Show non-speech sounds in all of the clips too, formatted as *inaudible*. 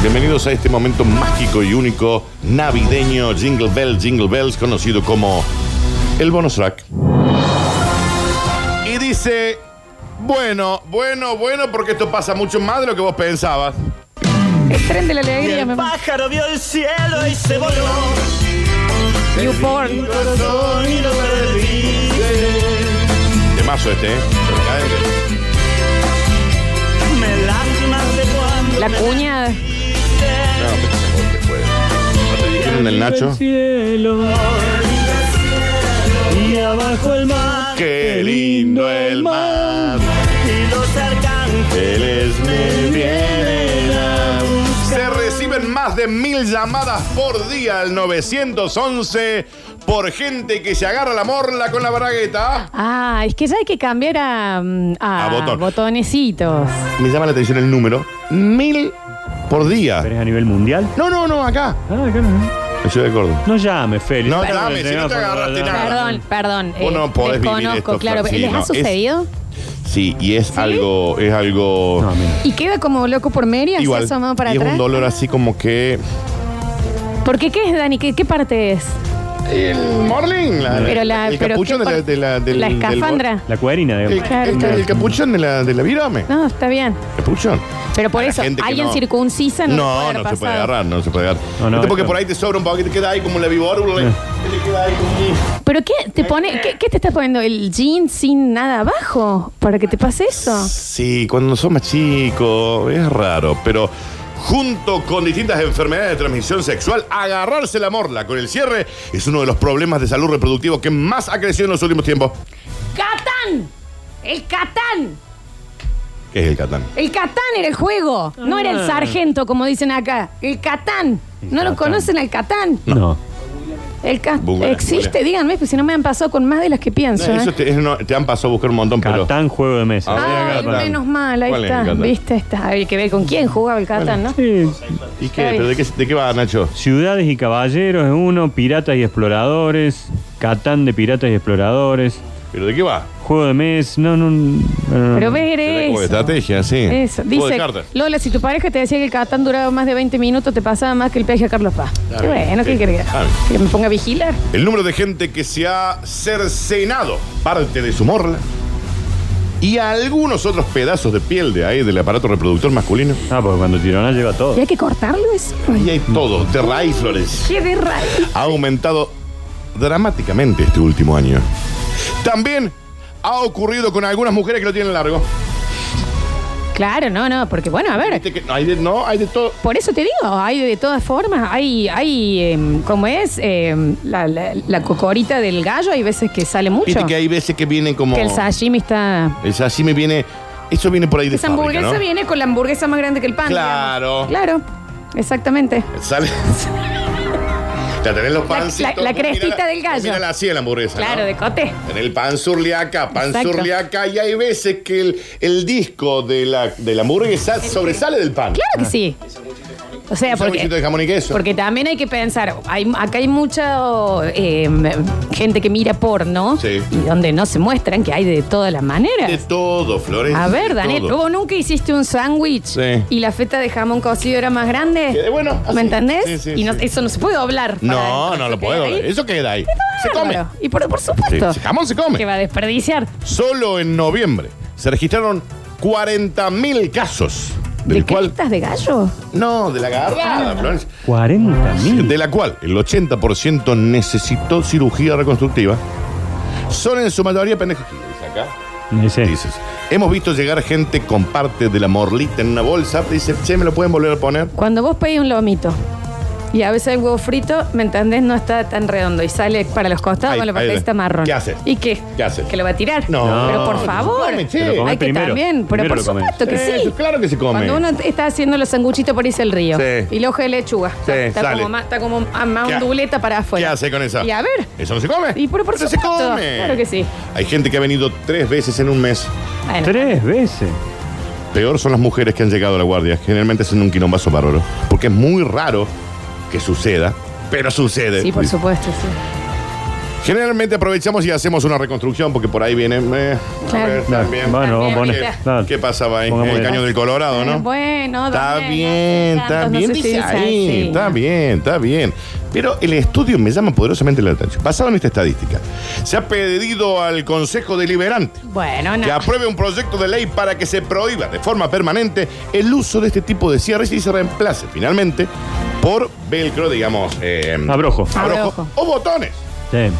Bienvenidos a este momento mágico y único navideño Jingle Bell, Jingle Bells, conocido como el bonus track. Y dice, bueno, bueno, bueno, porque esto pasa mucho más de lo que vos pensabas. El tren de la Y alegría, el mi amor. pájaro vio el cielo y se voló. Newborn. Corazón y lo perdí. Temazo este, ¿eh? Me lastimaste cuando La me cuñada. No, pero se jode después. ¿No te dijeron del Nacho? cielo y abajo el mar Qué lindo el mar. y los arcángeles Eles me vienen a buscar. Se reciben más de mil llamadas por día al 911 por gente que se agarra la morla con la bragueta. Ah, es que ya hay que cambiar a, mm, a A botón. Ah. botonecitos. Me llama la atención el número. Mil por día. ¿Pero es a nivel mundial? No, no, no, acá. Ah, acá no. En Ciudad de Córdoba. No llame, Félix. No Dame llame, el si no te teléfono, agarraste dame. nada. Perdón, perdón. eh, Vos no podés vivir desconozco, esto, claro. Flor, sí, ¿Les no, ha es- suficido? Sí, y es algo, es algo No, a mí no. Y queda como loco por Mary, así igual. asomado para y es atrás. un dolor así como que. ¿Por qué qué es, Dani? ¿Qué, qué parte es? El morling, la- Pero la, Eh, el pero capuchón de qué la, par- de la- del- la del- escafandra. La cuerina, el, digamos. Claro, el- claro. el capuchón de la, de la virome. No, está bien. Capuchón. Pero por A la eso, gente que alguien no- circuncisa no, No, le no haber se puede pasado. agarrar, no se puede agarrar. No, no, Este porque esto- por ahí te sobra un poco, que te queda ahí como la víbora. Eh. Te queda ahí como... ¿Pero qué te pone, qué, qué te estás poniendo? ¿El jean sin nada abajo? ¿Para que te pase eso? Sí, cuando somos chicos, es raro, pero junto con distintas enfermedades de transmisión sexual, agarrarse la morla con el cierre es uno de los problemas de salud reproductivo que más ha crecido en los últimos tiempos. ¡Catán! ¡El Catán! ¿Qué es el Catán? El Catán era el juego, no era el sargento, como dicen acá. El Catán. El ¿No lo Catán. conocen al Catán? No. El Catán. Bugla, Existe, bugla. díganme, pues si no me han pasado con más de las que pienso. ¿eh? eso te, es- no, te han pasado a buscar un montón, pero... Catán, juego de mesa. Ah, Ay, Catán. menos mal, ahí ¿Cuál es el está. Catán? Viste, está. Hay que ver con quién jugaba el Catán, Ah. ¿no? Sí. ¿Y qué? ¿Pero de, qué, de qué va, Nacho? Ciudades y caballeros es uno, piratas y exploradores, Catán de piratas y exploradores, ¿Pero de qué va? juego de mes, no, no, no, no. Pero ver Como de eso. estrategia, sí. Eso. Juego de Dice, cartas. Lola, si tu pareja te decía que el Catán duraba más de 20 minutos, te pasaba más que el peaje a Carlos Paz. Está Qué bien, bueno, sí. ¿qué querés? Está bien. Que me ponga a vigilar. El número de gente que se ha cercenado parte de su morla y algunos otros pedazos de piel de ahí del aparato reproductor masculino. Ah, porque cuando tirona lleva todo. ¿Y hay que cortarlo eso? Y hay todo, de raíz, Flores. Qué de raíz. Ha aumentado dramáticamente este último año. También ha ocurrido con algunas mujeres que lo tienen largo. Claro, no, no, porque bueno, a ver. Viste que no, hay de, no, hay de todo. Por eso te digo, hay de todas formas, hay, hay em, como es, em, la, la- la cocorita del gallo, hay veces que sale mucho. Viste que hay veces que vienen como. Que el sashimi está... El sashimi viene. Eso viene por ahí de Esa fábrica, hamburguesa ¿no? viene con la hamburguesa más grande que el pan. Claro. digamos. Claro, exactamente. Sale. *laughs* Ya tenés los La- pancitos. la- la vos mirala- crestita del gallo. vos mirala así en la hamburguesa. Claro, ¿no? de cote. En el pan surliaca, pan Exacto. surliaca, y hay veces que el, el disco de la, de la hamburguesa sobresale del pan. Claro que sí. O sea, Un porque... sándwichito Ah. de jamón y queso. Porque también hay que pensar, hay, acá hay mucha oh, eh, gente que mira porno Sí. y donde no se muestran que hay de todas las maneras. De todo, Flores. A ver, de Daniel, todo. vos nunca hiciste un sándwich Sí. y la feta de jamón cocido era más grande. Quedé bueno, así. ¿Me entendés? Sí, sí, y no- sí. eso no se puede doblar. para No, adentro, no lo queda puedo. ahí. Eso queda ahí. Se come. Bárbaro. Y por, por supuesto. Sí, jamón se Que come. va a desperdiciar. Solo en noviembre se registraron 40.000 casos. Del ¿De Ah. cual. crestas de gallo? No, de la agarrada, Flores. 40 mil. de la cual el 80% necesitó cirugía reconstructiva, son en su mayoría pendejos. Dice acá. Dices, hemos visto llegar gente con parte de la morlita en una bolsa. Dice, che, ¿me lo pueden volver a poner? Cuando vos pedís un lomito y a veces el huevo frito, ¿me entendés? No está tan redondo y sale para los costados Ahí, con la ahí partecita ve. marrón. ¿Qué haces? ¿Y qué? ¿Qué haces? Que lo va a tirar. No. Pero por favor. Come, che. Te lo Hay comes que primero. también, pero Primero por lo comes. supuesto que Eso, sí. Eh, claro que se come. Cuando uno está haciendo los sanguchitos por ahí se el río. Sí. Y el ojo de lechuga. Sí, está, sale. como más, está como ah, más ¿Qué ha- onduleta para ¿Qué afuera. hace con esa? Y a ver. ¿Eso no se come? Y por, por Eso se supuesto. come. Claro que sí. Hay gente que ha venido tres veces en un mes. Bueno. Tres veces. Peor son las mujeres que han llegado a la guardia. Generalmente hacen un quilombazo bárbaro. Porque es muy raro que suceda, pero sucede. Sí, por Dice. supuesto, sí. Generalmente aprovechamos y hacemos una reconstrucción porque por ahí viene. eh, a Claro. ver, Claro. también. Eh, Bueno, vamos a También, poner. mira. claro. ¿Qué pasaba ahí? Pongamos El el- caño del Colorado, Eh, ¿no? Bueno, Está Daniel, bien, está tantos, no bien, sé si dice dice ahí, así. está bien, está bien. Pero el estudio me llama poderosamente la atención. Basado en esta estadística, se ha pedido al Consejo Deliberante Bueno, que no. apruebe un proyecto de ley para que se prohíba de forma permanente el uso de este tipo de cierres y se reemplace finalmente por velcro, digamos, eh, Abrojo. abrojo Abrojo. o botones. Sí.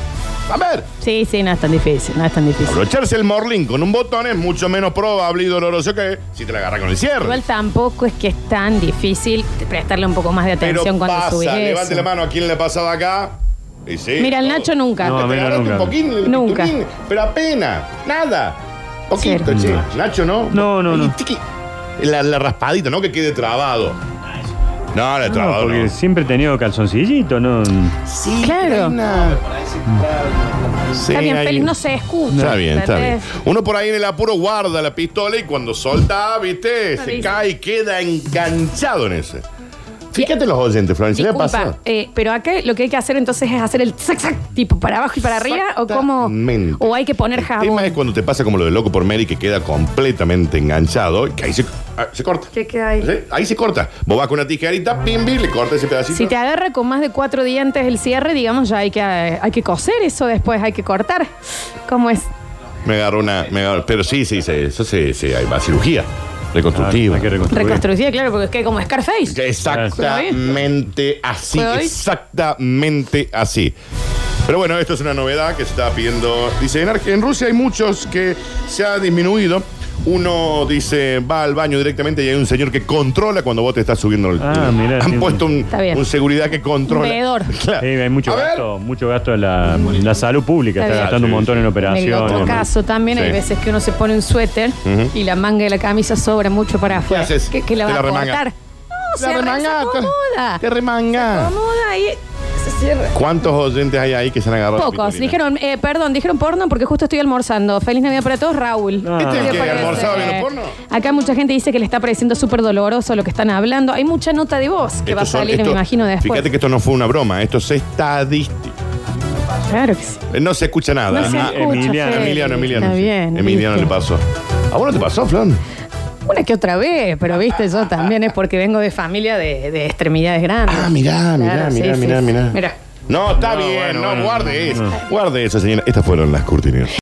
A ver, Sí, sí, no es tan difícil, no es tan difícil. abrocharse el morlín con un botón es mucho menos probable y doloroso que si te la agarra con el cierre. Igual tampoco es que es tan difícil prestarle un poco más de Pero atención cuando pasa, subís levante eso. la mano a quien le ha pasado acá. Y sí, Mira, el todo. Nacho nunca. No, a Te mí no, agarraste nunca. un poquín, el Nunca. pitulín, pero apenas, nada. Poquito, Cero. che. No. Nacho, ¿no? No, no, Y no. tiqui, La, la raspadita, ¿no? Que quede trabado. No, la No, trabado. porque no. siempre he tenido calzoncillito, ¿no? Sí, Claro. hay una- Mm. Sí, Está bien, hay- Félix, no se escucha. Está bien, está bien. ¿entendés? Uno por ahí en el apuro guarda la pistola y cuando solta, viste, se dice. cae y queda enganchado en ese. Fíjate los oyentes, Florencia, ¿qué le Disculpa, pasa? eh, pero acá lo que hay que hacer entonces es hacer el zac zac tipo para abajo y para arriba o cómo Exactamente. o hay que poner El tema es jabón. cuando te pasa como lo de loco por Mary que queda completamente enganchado, que ahí se, ah, se corta. ¿Qué queda ahí? ¿Sí? Ahí se corta. Vos vas con una tijerita, pim, pim, le cortas ese pedacito. Si te agarra con más de cuatro dientes el cierre, digamos, ya hay que, eh, hay que coser eso después, hay que cortar. ¿Cómo es? Me agarró una. me agarró- pero sí, sí, sí, eso sí, sí, hay va cirugía reconstructiva. Hay que reconstruir. Reconstructiva, claro, porque es que como Scarface. Exactamente así, ¿Puedo ir? exactamente así. Pero bueno, esto es una novedad que se está pidiendo. Dice, en, Ar- en Rusia hay muchos que se ha disminuido. Uno dice, va al baño directamente y hay un señor que controla cuando vos te estás subiendo el. Ah, mirá, Han sí, puesto un, Está bien. un seguridad que controla. Un veedor. *laughs* Claro. Sí, hay mucho A ver, gasto, mucho gasto en la, la salud pública. Está Está bien. gastando un Sí, montón sí. en En el operaciones. otro caso también Sí. hay veces que uno se pone un suéter y la manga de la camisa sobra mucho para afuera. haces? Que, que la Te va la a remanga. cortar. No, se La re- se remanga, acomoda. Te remanga. Acomoda y se cierra. ¿Cuántos oyentes hay ahí que se han agarrado? la Pocos. pitulina? Dijeron, eh, perdón, dijeron porno porque justo estoy almorzando. Feliz Navidad para todos, Raúl. Ah. ¿Este es el ¿Qué que parece? almorzaba viendo porno? Acá mucha gente dice que le está pareciendo súper doloroso lo que están hablando. Hay mucha nota de voz que va a Estos son- salir, esto- me imagino, después. Fíjate que esto no fue una broma, esto es estadístico. Claro que sí. Eh, No se escucha nada. No se Ah, escucha, Emiliano, Feli. Emiliano, Emiliano. Está sí. bien. Emiliano le viste. pasó. ¿A vos no te pasó, Flon? Una que otra vez, pero viste, yo también es porque vengo de familia de, de extremidades grandes. Ah, mirá, mirá, Claro, sí, mirá, sí, mirá, sí. mirá. Mirá. No, está No, bien, bueno, no, bueno, guarde no, eso. Guarde eso, señora. Estas fueron las cortinas.